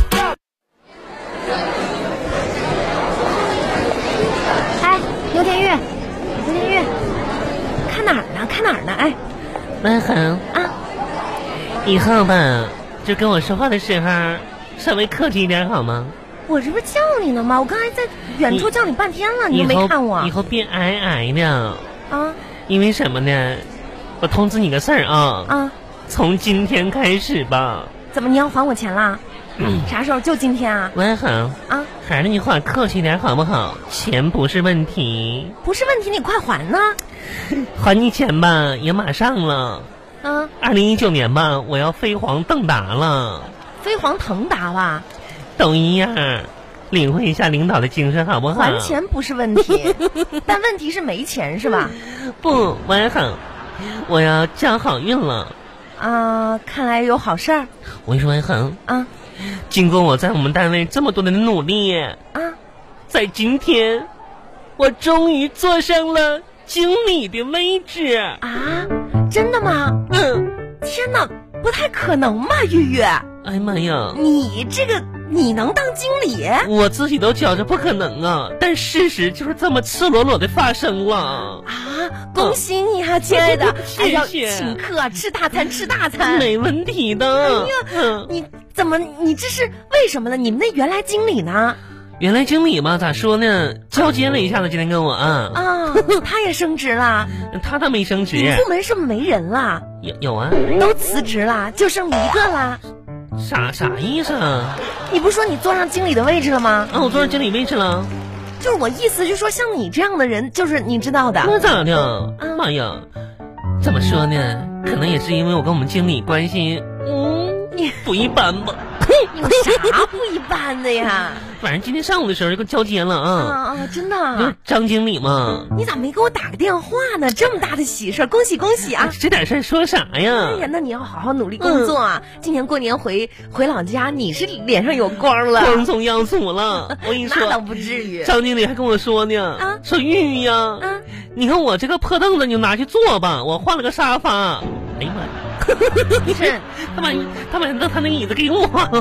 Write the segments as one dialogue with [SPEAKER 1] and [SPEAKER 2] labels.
[SPEAKER 1] 哎哪？看哪儿呢？哎，
[SPEAKER 2] 万恒，
[SPEAKER 1] 啊，
[SPEAKER 2] 以后吧，就跟我说话的时候稍微客气一点好吗？
[SPEAKER 1] 我这不是叫你呢吗？我刚才在远处
[SPEAKER 2] 你
[SPEAKER 1] 叫你半天啊了，你都没
[SPEAKER 2] 以后
[SPEAKER 1] 看我
[SPEAKER 2] 以后别矮矮的，
[SPEAKER 1] 啊
[SPEAKER 2] 因为什么呢？我通知你个事儿啊，
[SPEAKER 1] 啊！
[SPEAKER 2] 从今天开始吧，
[SPEAKER 1] 怎么你要还我钱啦？啥时候？就今天啊
[SPEAKER 2] 万恒，
[SPEAKER 1] 啊！
[SPEAKER 2] 还是那句话，客气点好不好？钱不是问题，
[SPEAKER 1] 不是问题，你快还呢！
[SPEAKER 2] 还你钱吧，也马上了。
[SPEAKER 1] 啊，
[SPEAKER 2] 二零一九年吧，我要飞黄腾达了，
[SPEAKER 1] 飞黄腾达吧，
[SPEAKER 2] 懂一样，领会一下领导的精神好不好？
[SPEAKER 1] 还钱不是问 题，但问题是没钱是吧？
[SPEAKER 2] 不，我也很，我要降好运了。
[SPEAKER 1] 啊，看来有好事儿
[SPEAKER 2] 我跟你说，文恒，
[SPEAKER 1] 啊
[SPEAKER 2] 经过我在我们单位这么多年的努力，
[SPEAKER 1] 啊！
[SPEAKER 2] 在今天，我终于坐上了经理的位置。
[SPEAKER 1] 啊，真的吗？
[SPEAKER 2] 嗯，
[SPEAKER 1] 天哪，不太可能吧，玉玉，
[SPEAKER 2] 哎呀妈呀，
[SPEAKER 1] 你这个你能当经理？啊
[SPEAKER 2] 我自己都觉着不可能啊，但事实就是这么赤裸裸的发生了。
[SPEAKER 1] 啊，恭喜你啊，亲爱的！
[SPEAKER 2] 谢
[SPEAKER 1] 哎呀，
[SPEAKER 2] 嗯谢嗯
[SPEAKER 1] 请客吃大餐，吃大餐。
[SPEAKER 2] 没问题的。嗯，
[SPEAKER 1] 你怎么？你这是为什么呢？你们那原来经理呢？
[SPEAKER 2] 原来经理嘛，咋说呢？交接了一下子，今天跟我啊，
[SPEAKER 1] 啊，他也升职了，
[SPEAKER 2] 他倒没升
[SPEAKER 1] 你们
[SPEAKER 2] 职，
[SPEAKER 1] 部门是不是没人了？
[SPEAKER 2] 有有啊，
[SPEAKER 1] 都辞职了，就剩一个了。
[SPEAKER 2] 啥啥意思啊？
[SPEAKER 1] 你不是说你坐上经理的位置了吗？
[SPEAKER 2] 啊，我坐上经理位置了，
[SPEAKER 1] 就是我意思，就是说像你这样的人，就是你知道的。
[SPEAKER 2] 那咋的
[SPEAKER 1] 嗯？
[SPEAKER 2] 妈呀，怎么说呢？可能也是因为我跟我们经理关系
[SPEAKER 1] 嗯，你
[SPEAKER 2] 不一般吧。
[SPEAKER 1] 你有啥不一般的呀？
[SPEAKER 2] 反正今天上午的时候就给交接了
[SPEAKER 1] 啊
[SPEAKER 2] 啊，
[SPEAKER 1] 啊，真的
[SPEAKER 2] 就
[SPEAKER 1] 啊
[SPEAKER 2] 是？张经理嘛，
[SPEAKER 1] 你咋没给我打个电话呢？这么大的喜事儿，恭喜恭 喜啊！
[SPEAKER 2] 这点事儿说啥呀
[SPEAKER 1] 哎？呀，那你要好好努力工作啊！
[SPEAKER 2] 嗯
[SPEAKER 1] 今年过年回回老家，你是脸上有光了，
[SPEAKER 2] 光宗耀祖了，我跟你
[SPEAKER 1] 那倒
[SPEAKER 2] 说。
[SPEAKER 1] 不至于。
[SPEAKER 2] 张经理还跟我说呢，
[SPEAKER 1] 啊
[SPEAKER 2] 说玉玉呀，
[SPEAKER 1] 啊
[SPEAKER 2] 你看我这个破凳子，你就拿去坐吧，我换了个沙发。哎呀妈呀！
[SPEAKER 1] 是
[SPEAKER 2] 他把他把那他那个椅子给我了，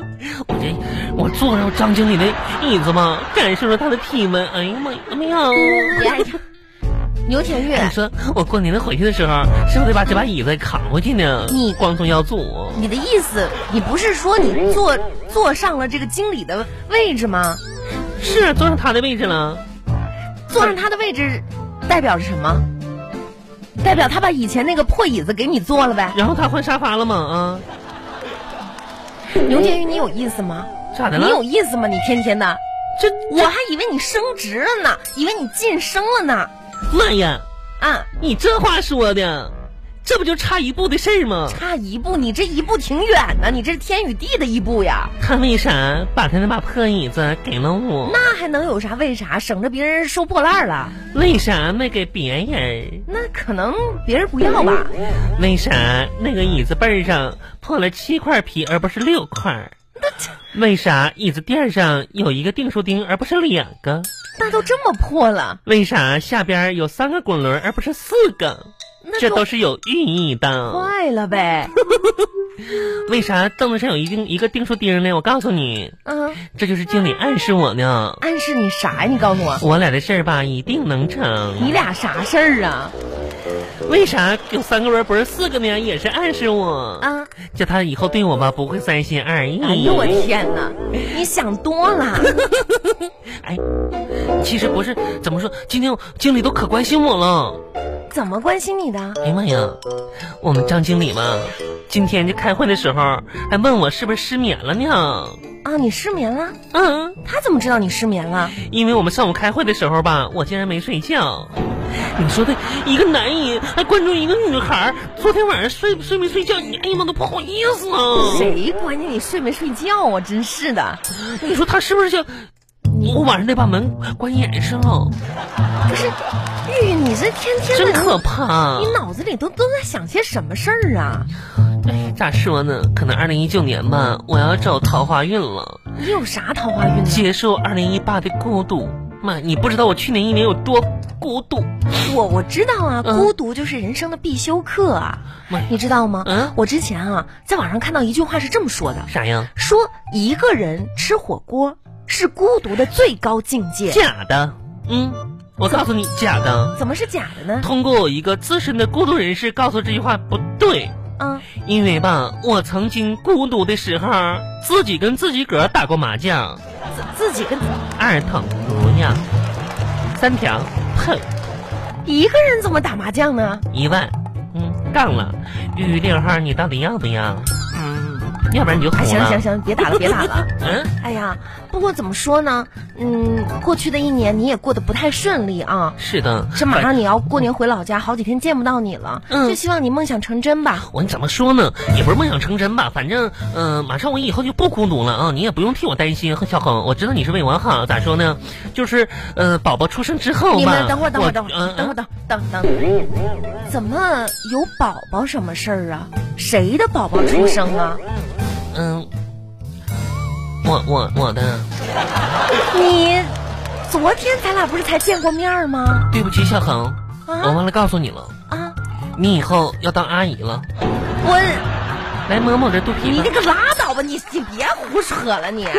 [SPEAKER 2] 我这我坐上张经理的椅子嘛，感受着他的体温。哎呀妈呀，哎呀！
[SPEAKER 1] 哎呀，牛田玉，
[SPEAKER 2] 你说我过年回去的时候，是不是得把这把椅子扛回去呢？
[SPEAKER 1] 你
[SPEAKER 2] 光宗耀祖，
[SPEAKER 1] 你的意思，你不是说你坐坐上了这个经理的位置吗？
[SPEAKER 2] 是坐上他的位置了。
[SPEAKER 1] 坐上他的位置，代表着什么？代表他把以前那个破椅子给你坐了呗？
[SPEAKER 2] 然后他换沙发了嘛？啊，
[SPEAKER 1] 牛田玉，你有意思吗？
[SPEAKER 2] 咋的
[SPEAKER 1] 你有
[SPEAKER 2] 了？
[SPEAKER 1] 意思吗？你天天的，
[SPEAKER 2] 这
[SPEAKER 1] 我还以为你升职了呢，以为你晋升了呢。
[SPEAKER 2] 妈呀！
[SPEAKER 1] 啊，
[SPEAKER 2] 你这话说的，这不就差一步的事儿吗？
[SPEAKER 1] 差一步，你这一步挺远呢，你这是天与地的一步呀。
[SPEAKER 2] 他为啥把他那把破椅子给了我？
[SPEAKER 1] 那还能有啥？为啥？省着别人收破烂了，
[SPEAKER 2] 为啥没给别人？
[SPEAKER 1] 那可能别人不要吧？
[SPEAKER 2] 为啥那个椅子背儿上破了七块皮而不是六块？为啥椅子垫儿上有一个订书钉而不是两个？
[SPEAKER 1] 那都这么破了，
[SPEAKER 2] 为啥下边儿有三个滚轮而不是四个？
[SPEAKER 1] 那
[SPEAKER 2] 这
[SPEAKER 1] 就
[SPEAKER 2] 都是有寓意的。
[SPEAKER 1] 坏了呗。
[SPEAKER 2] 为啥凳子上有一定一个订书钉呢？我告诉你，
[SPEAKER 1] 嗯，
[SPEAKER 2] 这就是经理暗示我呢。
[SPEAKER 1] 暗示你啥呀？你告诉我，
[SPEAKER 2] 我俩的事儿吧，一定能
[SPEAKER 1] 你
[SPEAKER 2] 成。
[SPEAKER 1] 俩啥事儿啊？
[SPEAKER 2] 为啥有三个轮儿不是四个呢？也是暗示我，
[SPEAKER 1] 啊！
[SPEAKER 2] 叫他以后对我吧不会三心二意。
[SPEAKER 1] 哎呦我天哪，你想多了。
[SPEAKER 2] 哎，其实不是，怎么说？今天经理都可关心我了。
[SPEAKER 1] 怎么关心你的？
[SPEAKER 2] 哎呀妈呀，我们张经理嘛，今天这开会的时候还问我是不是失眠了呢。
[SPEAKER 1] 啊，你失眠了？
[SPEAKER 2] 嗯，
[SPEAKER 1] 他怎么知道你失眠了？
[SPEAKER 2] 因为我们上午开会的时候吧，我竟然没睡觉。你说的一个男人还关注一个女孩，昨天晚上睡睡没睡觉？你哎呀妈，都不好意思啊！
[SPEAKER 1] 谁关心你睡没睡觉啊？真是的，
[SPEAKER 2] 你说他是不是想？我晚上得把门关严实了，
[SPEAKER 1] 不是，玉玉，你这天天
[SPEAKER 2] 真
[SPEAKER 1] 的
[SPEAKER 2] 可怕。
[SPEAKER 1] 你脑子里都都在想些什么事儿啊？
[SPEAKER 2] 哎，咋说呢？可能二零一九年吧，我要找桃花运了，
[SPEAKER 1] 你有啥桃花运呢？啊
[SPEAKER 2] 接受二零一八的孤独。妈，你不知道我去年一年有多孤独。
[SPEAKER 1] 我我知道啊，
[SPEAKER 2] 嗯
[SPEAKER 1] 孤独就是人生的必修课啊，
[SPEAKER 2] 妈呀，
[SPEAKER 1] 你知道吗？
[SPEAKER 2] 嗯
[SPEAKER 1] 我之前啊，在网上看到一句话是这么说的：
[SPEAKER 2] 啥呀？
[SPEAKER 1] 说一个人吃火锅是孤独的最高境界。
[SPEAKER 2] 假的。嗯，我告诉你，假的。
[SPEAKER 1] 怎么是假的呢？
[SPEAKER 2] 通过一个资深的孤独人士告诉这句话不对，
[SPEAKER 1] 啊，
[SPEAKER 2] 因为吧，我曾经孤独的时候，自己跟自己个儿打过麻将，
[SPEAKER 1] 自自己跟
[SPEAKER 2] 二筒姑娘，三条，哼，
[SPEAKER 1] 一个人怎么打麻将呢？
[SPEAKER 2] 一万，嗯，杠了。玉玉六号，你到底要不要？嗯，要不然你就火了。
[SPEAKER 1] 哎，行行行，别打了，别打了。
[SPEAKER 2] 嗯，
[SPEAKER 1] 哎呀，不过怎么说呢，嗯，过去的一年你也过得不太顺利啊。
[SPEAKER 2] 是的，
[SPEAKER 1] 这马上你要过年回老家，好几天见不到你了，
[SPEAKER 2] 嗯
[SPEAKER 1] 就希望你梦想成真吧。
[SPEAKER 2] 我怎么说呢？也不是梦想成真吧，反正，嗯、马上我以后就不孤独了啊！你也不用替我担心，小恒，我知道你是为我好。咋说呢？就是，呃，宝宝出生之后吧，
[SPEAKER 1] 你们等会儿，等会儿，等会
[SPEAKER 2] 我嗯
[SPEAKER 1] 儿，等会儿，等等等，怎么有宝宝什么事儿啊？谁的宝宝出生啊？
[SPEAKER 2] 嗯、我我我的，
[SPEAKER 1] 你昨天咱俩不是才见过面儿吗？
[SPEAKER 2] 对不起，小恒，
[SPEAKER 1] 啊
[SPEAKER 2] 我忘了告诉你了，
[SPEAKER 1] 啊，
[SPEAKER 2] 你以后要当阿姨了，
[SPEAKER 1] 我
[SPEAKER 2] 来摸摸我这肚皮
[SPEAKER 1] 你
[SPEAKER 2] 吧
[SPEAKER 1] 这。个拉倒吧，你你别胡扯了你，啊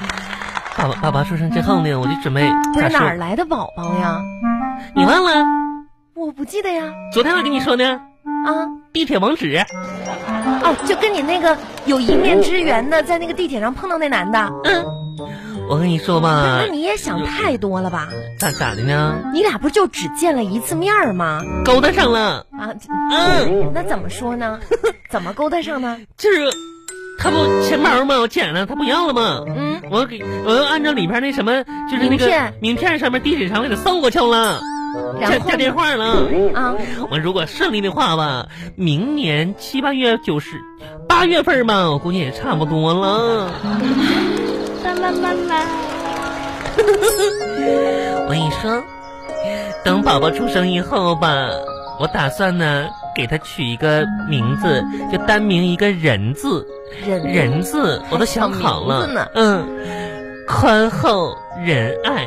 [SPEAKER 2] 爸爸爸爸出生之后呢，我就准备
[SPEAKER 1] 哦嗯不是
[SPEAKER 2] 咋说
[SPEAKER 1] 哪儿？来的宝宝呀？
[SPEAKER 2] 你忘了？
[SPEAKER 1] 我不记得呀，
[SPEAKER 2] 昨天我跟你说呢，
[SPEAKER 1] 啊。
[SPEAKER 2] 地铁网址，
[SPEAKER 1] 哦，就跟你那个有一面之缘的，在那个地铁上碰到那男的，
[SPEAKER 2] 嗯，我跟你说吧
[SPEAKER 1] 那，你也想太多了吧？
[SPEAKER 2] 咋咋的呢？
[SPEAKER 1] 你俩不是就只见了一次面儿吗？
[SPEAKER 2] 勾搭上了，
[SPEAKER 1] 啊，
[SPEAKER 2] 嗯。
[SPEAKER 1] 那怎么说呢？怎么勾搭上呢？
[SPEAKER 2] 就是他不钱包吗？我捡了，他不要了吗？
[SPEAKER 1] 嗯，
[SPEAKER 2] 我给我又按照里边那什么，就是那
[SPEAKER 1] 名
[SPEAKER 2] 个
[SPEAKER 1] 片
[SPEAKER 2] 名片上面地址上我给他送过去了，加
[SPEAKER 1] 然后
[SPEAKER 2] 加电
[SPEAKER 1] 呢？
[SPEAKER 2] 话了。
[SPEAKER 1] 啊，
[SPEAKER 2] 我如果顺利的话吧，明年七八月九十八月份吧，我估计也差不多了。
[SPEAKER 1] 啦啦啦啦，
[SPEAKER 2] 我跟你说，等宝宝出生以后吧，我打算呢给他取一个名字，就单名一个人字。
[SPEAKER 1] 人
[SPEAKER 2] 人字我都想好
[SPEAKER 1] 还想名字呢
[SPEAKER 2] 了，嗯，宽厚仁爱，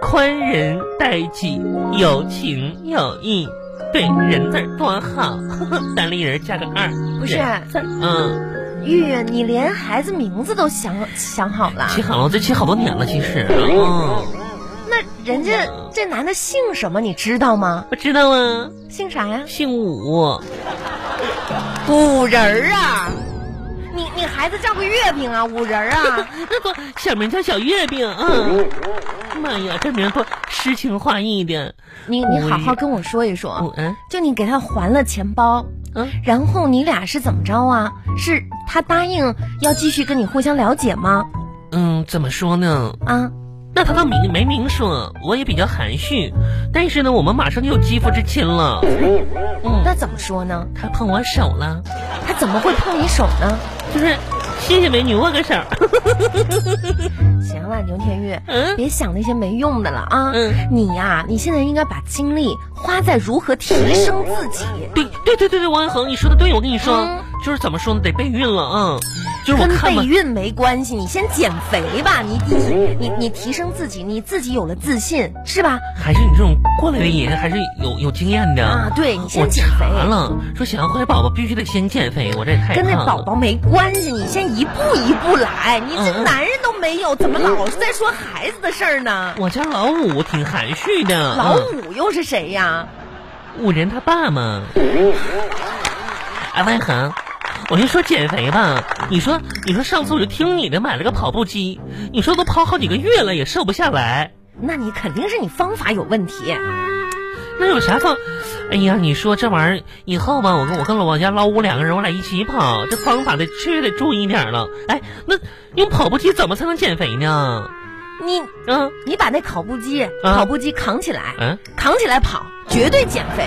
[SPEAKER 2] 宽仁待己，有情有义。对，人字儿多好， 单立人加个二，
[SPEAKER 1] 不是
[SPEAKER 2] 人字儿嗯，
[SPEAKER 1] 玉玉，你连孩子名字都想想好了，
[SPEAKER 2] 起好了，我这起好多年了，其 实，嗯，
[SPEAKER 1] 那人家这男的姓什么你知道吗？
[SPEAKER 2] 我知道啊，
[SPEAKER 1] 姓啥呀？
[SPEAKER 2] 姓武，
[SPEAKER 1] 五仁儿啊！你你孩子叫个月饼啊，五仁儿啊！
[SPEAKER 2] 那不小名叫小月饼，嗯，妈呀，这名多诗情画意的，
[SPEAKER 1] 你你好好跟我说一
[SPEAKER 2] 我
[SPEAKER 1] 说，
[SPEAKER 2] 嗯
[SPEAKER 1] 就你给他还了钱包，
[SPEAKER 2] 嗯，
[SPEAKER 1] 然后你俩是怎么着啊？是他答应要继续跟你互相了解吗？
[SPEAKER 2] 嗯，怎么说呢？
[SPEAKER 1] 啊，
[SPEAKER 2] 那他倒明没明说，我也比较含蓄。但是呢，我们马上就有肌肤之亲了。嗯，
[SPEAKER 1] 那怎么说呢？
[SPEAKER 2] 他碰我手了，
[SPEAKER 1] 他怎么会碰你手呢？
[SPEAKER 2] 就是谢谢美女握个手。
[SPEAKER 1] 行了，牛天玉，
[SPEAKER 2] 嗯
[SPEAKER 1] 别想那些没用的了啊！
[SPEAKER 2] 嗯
[SPEAKER 1] 你呀、你现在应该把精力花在如何提升自己。
[SPEAKER 2] 对对对对对，王一恒，你说的对，我跟你说，
[SPEAKER 1] 嗯
[SPEAKER 2] 就是怎么说呢，得备孕了啊、嗯就是我
[SPEAKER 1] 跟
[SPEAKER 2] 看
[SPEAKER 1] 备
[SPEAKER 2] 吧，
[SPEAKER 1] 孕没关系，你先减肥吧，你你你你提升自己，你自己有了自信是吧？
[SPEAKER 2] 还是你这种过来的人，还是有有经验的。
[SPEAKER 1] 啊，对你
[SPEAKER 2] 嗯我
[SPEAKER 1] 先减
[SPEAKER 2] 查
[SPEAKER 1] 肥。
[SPEAKER 2] 了，说想要怀宝宝必须得先减肥，我这也太
[SPEAKER 1] 跟那
[SPEAKER 2] 胖
[SPEAKER 1] 宝
[SPEAKER 2] 了。
[SPEAKER 1] 宝没关系，你先一步一步来。你这
[SPEAKER 2] 嗯嗯
[SPEAKER 1] 男人都没有，怎么老是在说孩子的事儿呢？
[SPEAKER 2] 我家老五挺含蓄的，
[SPEAKER 1] 老
[SPEAKER 2] 嗯
[SPEAKER 1] 五又是谁呀？
[SPEAKER 2] 五人他爸嘛。哎，万恒，我就说减肥吧，你说你说上次我就听你的买了个跑步机，你说都跑好几个月了也瘦不下来，
[SPEAKER 1] 那你肯定是你方法有问题。
[SPEAKER 2] 那有啥方？哎呀，你说这玩意儿以后吧，我跟我跟我家老五两个人，我俩一起跑，这方法得确实得注意点了。哎，那用跑步机怎么才能减肥呢？
[SPEAKER 1] 你
[SPEAKER 2] 嗯
[SPEAKER 1] 你把那跑步机、
[SPEAKER 2] 啊
[SPEAKER 1] 跑步机扛起来，
[SPEAKER 2] 嗯，
[SPEAKER 1] 扛起来跑，绝对减肥，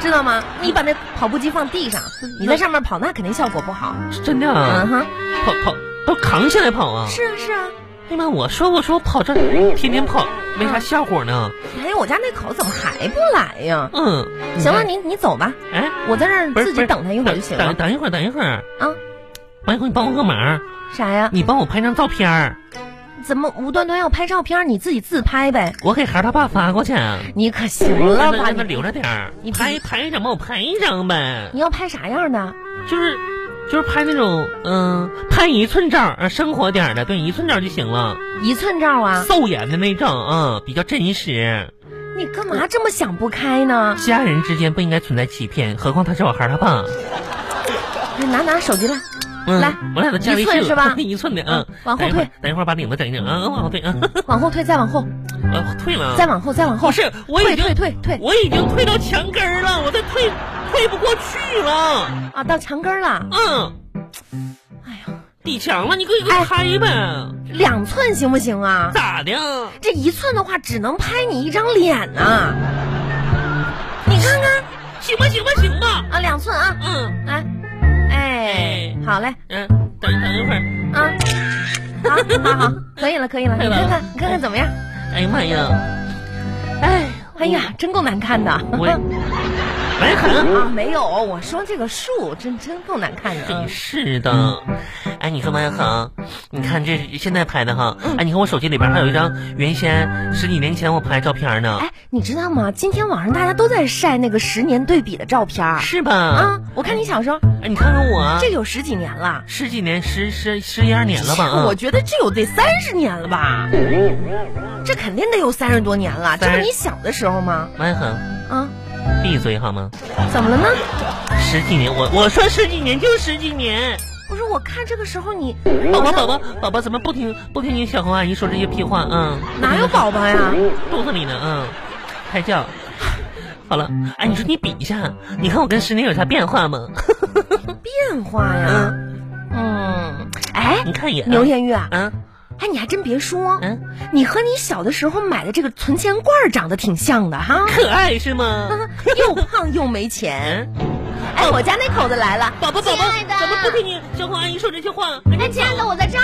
[SPEAKER 1] 知道吗？你把那跑步机放地上，
[SPEAKER 2] 嗯
[SPEAKER 1] 你在上面跑，那肯定效果不好。
[SPEAKER 2] 是真的
[SPEAKER 1] 嗯
[SPEAKER 2] 啊，
[SPEAKER 1] 哼，
[SPEAKER 2] 跑跑都扛起来跑啊！
[SPEAKER 1] 是啊是啊。
[SPEAKER 2] 哎呀妈，我说我说我跑这天天跑没啥效果呢。
[SPEAKER 1] 哎呀，我家那口怎么还不来呀？
[SPEAKER 2] 嗯，你
[SPEAKER 1] 行了，
[SPEAKER 2] 看
[SPEAKER 1] 你你走吧，
[SPEAKER 2] 哎，
[SPEAKER 1] 我在这儿
[SPEAKER 2] 不是
[SPEAKER 1] 自
[SPEAKER 2] 不
[SPEAKER 1] 己
[SPEAKER 2] 是
[SPEAKER 1] 等他一会儿就行
[SPEAKER 2] 等
[SPEAKER 1] 了。
[SPEAKER 2] 等一会儿，等一会儿
[SPEAKER 1] 啊，
[SPEAKER 2] 王一恒，你帮我个忙，
[SPEAKER 1] 啥呀？
[SPEAKER 2] 你帮我拍张照片儿，
[SPEAKER 1] 怎么无端端要拍照片？你自己自拍呗。
[SPEAKER 2] 我给孩儿他爸发过去。
[SPEAKER 1] 你可行
[SPEAKER 2] 让
[SPEAKER 1] 了
[SPEAKER 2] 他
[SPEAKER 1] 吧
[SPEAKER 2] 让他
[SPEAKER 1] 你？
[SPEAKER 2] 留着点儿，
[SPEAKER 1] 你
[SPEAKER 2] 拍拍一张吧，我拍一张呗，
[SPEAKER 1] 你要拍啥样的？
[SPEAKER 2] 就是就是拍那种嗯、拍一寸照儿，呃生活点儿的，对，一寸照就行了，
[SPEAKER 1] 一寸照啊？
[SPEAKER 2] 素颜的那种，嗯，比较真实。
[SPEAKER 1] 你干嘛这么想不开呢？
[SPEAKER 2] 家人之间不应该存在欺骗，何况他是我孩儿他爸。
[SPEAKER 1] 你拿拿手机来，
[SPEAKER 2] 嗯
[SPEAKER 1] 来
[SPEAKER 2] 我俩都加微
[SPEAKER 1] 一寸
[SPEAKER 2] 信
[SPEAKER 1] 是吧
[SPEAKER 2] 一寸的，嗯，
[SPEAKER 1] 往后
[SPEAKER 2] 等一会儿
[SPEAKER 1] 退，
[SPEAKER 2] 等一会儿把领子整一整，嗯，往后退，嗯，
[SPEAKER 1] 往后退，再往后，
[SPEAKER 2] 我退了，啊
[SPEAKER 1] 再往后，再往后
[SPEAKER 2] 不，是，我已
[SPEAKER 1] 退
[SPEAKER 2] 经
[SPEAKER 1] 退退退
[SPEAKER 2] 我已经退到墙根儿了，我再退退不过去了，
[SPEAKER 1] 啊，到墙根儿了。
[SPEAKER 2] 嗯，
[SPEAKER 1] 哎呀，
[SPEAKER 2] 底墙了，你给我给
[SPEAKER 1] 哎
[SPEAKER 2] 我拍呗，
[SPEAKER 1] 两寸行不行啊？
[SPEAKER 2] 咋的？
[SPEAKER 1] 这一寸的话，只能拍你一张脸呐、你看看
[SPEAKER 2] 行吧，行吧，行吧，
[SPEAKER 1] 啊，两寸啊，
[SPEAKER 2] 嗯
[SPEAKER 1] 来，哎，好嘞，
[SPEAKER 2] 嗯，等等一会儿，
[SPEAKER 1] 啊，好，好，好，可以了，可以了，你看看，你看看怎么样？
[SPEAKER 2] 哎呀妈呀，
[SPEAKER 1] 哎，哎呀，
[SPEAKER 2] 嗯
[SPEAKER 1] 真够难看的。
[SPEAKER 2] 我 来狠。
[SPEAKER 1] 啊，没有，我说这个树真真够难看的
[SPEAKER 2] 哎真。是的，
[SPEAKER 1] 嗯
[SPEAKER 2] 哎，你说王恒，你看这现在拍的哈，
[SPEAKER 1] 嗯
[SPEAKER 2] 哎，你看我手机里边还有一张原先十几年前我拍照片呢，
[SPEAKER 1] 哎，你知道吗？今天网上大家都在晒那个十年对比的照片儿
[SPEAKER 2] 是吧？
[SPEAKER 1] 啊。我看你小时候，
[SPEAKER 2] 哎，你看看我
[SPEAKER 1] 这有十几年了。
[SPEAKER 2] 十几年十十十一二年了吧？啊
[SPEAKER 1] 我觉得这有得三十年了吧？这肯定得有三十多年了。这
[SPEAKER 2] 三
[SPEAKER 1] 不
[SPEAKER 2] 十
[SPEAKER 1] 你小的时候吗？
[SPEAKER 2] 王恒，
[SPEAKER 1] 啊，
[SPEAKER 2] 闭嘴好吗？
[SPEAKER 1] 怎么了呢？
[SPEAKER 2] 十几年，我我说十几年就十几年，
[SPEAKER 1] 不是，我看这个时候你
[SPEAKER 2] 宝宝宝宝宝宝怎么不听不听你小红阿姨说这些屁话啊？嗯
[SPEAKER 1] 哪有宝宝呀？
[SPEAKER 2] 肚子里呢，嗯，胎教。好了，哎，你说你比一下，你看我跟十年有啥变化吗？
[SPEAKER 1] 变化呀？嗯，哎，
[SPEAKER 2] 你看一眼啊，
[SPEAKER 1] 牛天玉啊，
[SPEAKER 2] 啊，
[SPEAKER 1] 哎，你还真别说，
[SPEAKER 2] 嗯，
[SPEAKER 1] 你和你小的时候买的这个存钱罐儿长得挺像的 哈，
[SPEAKER 2] 可爱是吗？
[SPEAKER 1] 又胖又没钱。哎，我家那口子来了，
[SPEAKER 2] 宝宝宝
[SPEAKER 1] 亲
[SPEAKER 2] 宝
[SPEAKER 1] 爱的，
[SPEAKER 2] 怎么不听你小红阿姨说这些话？哎
[SPEAKER 1] 哎，亲爱的，我在这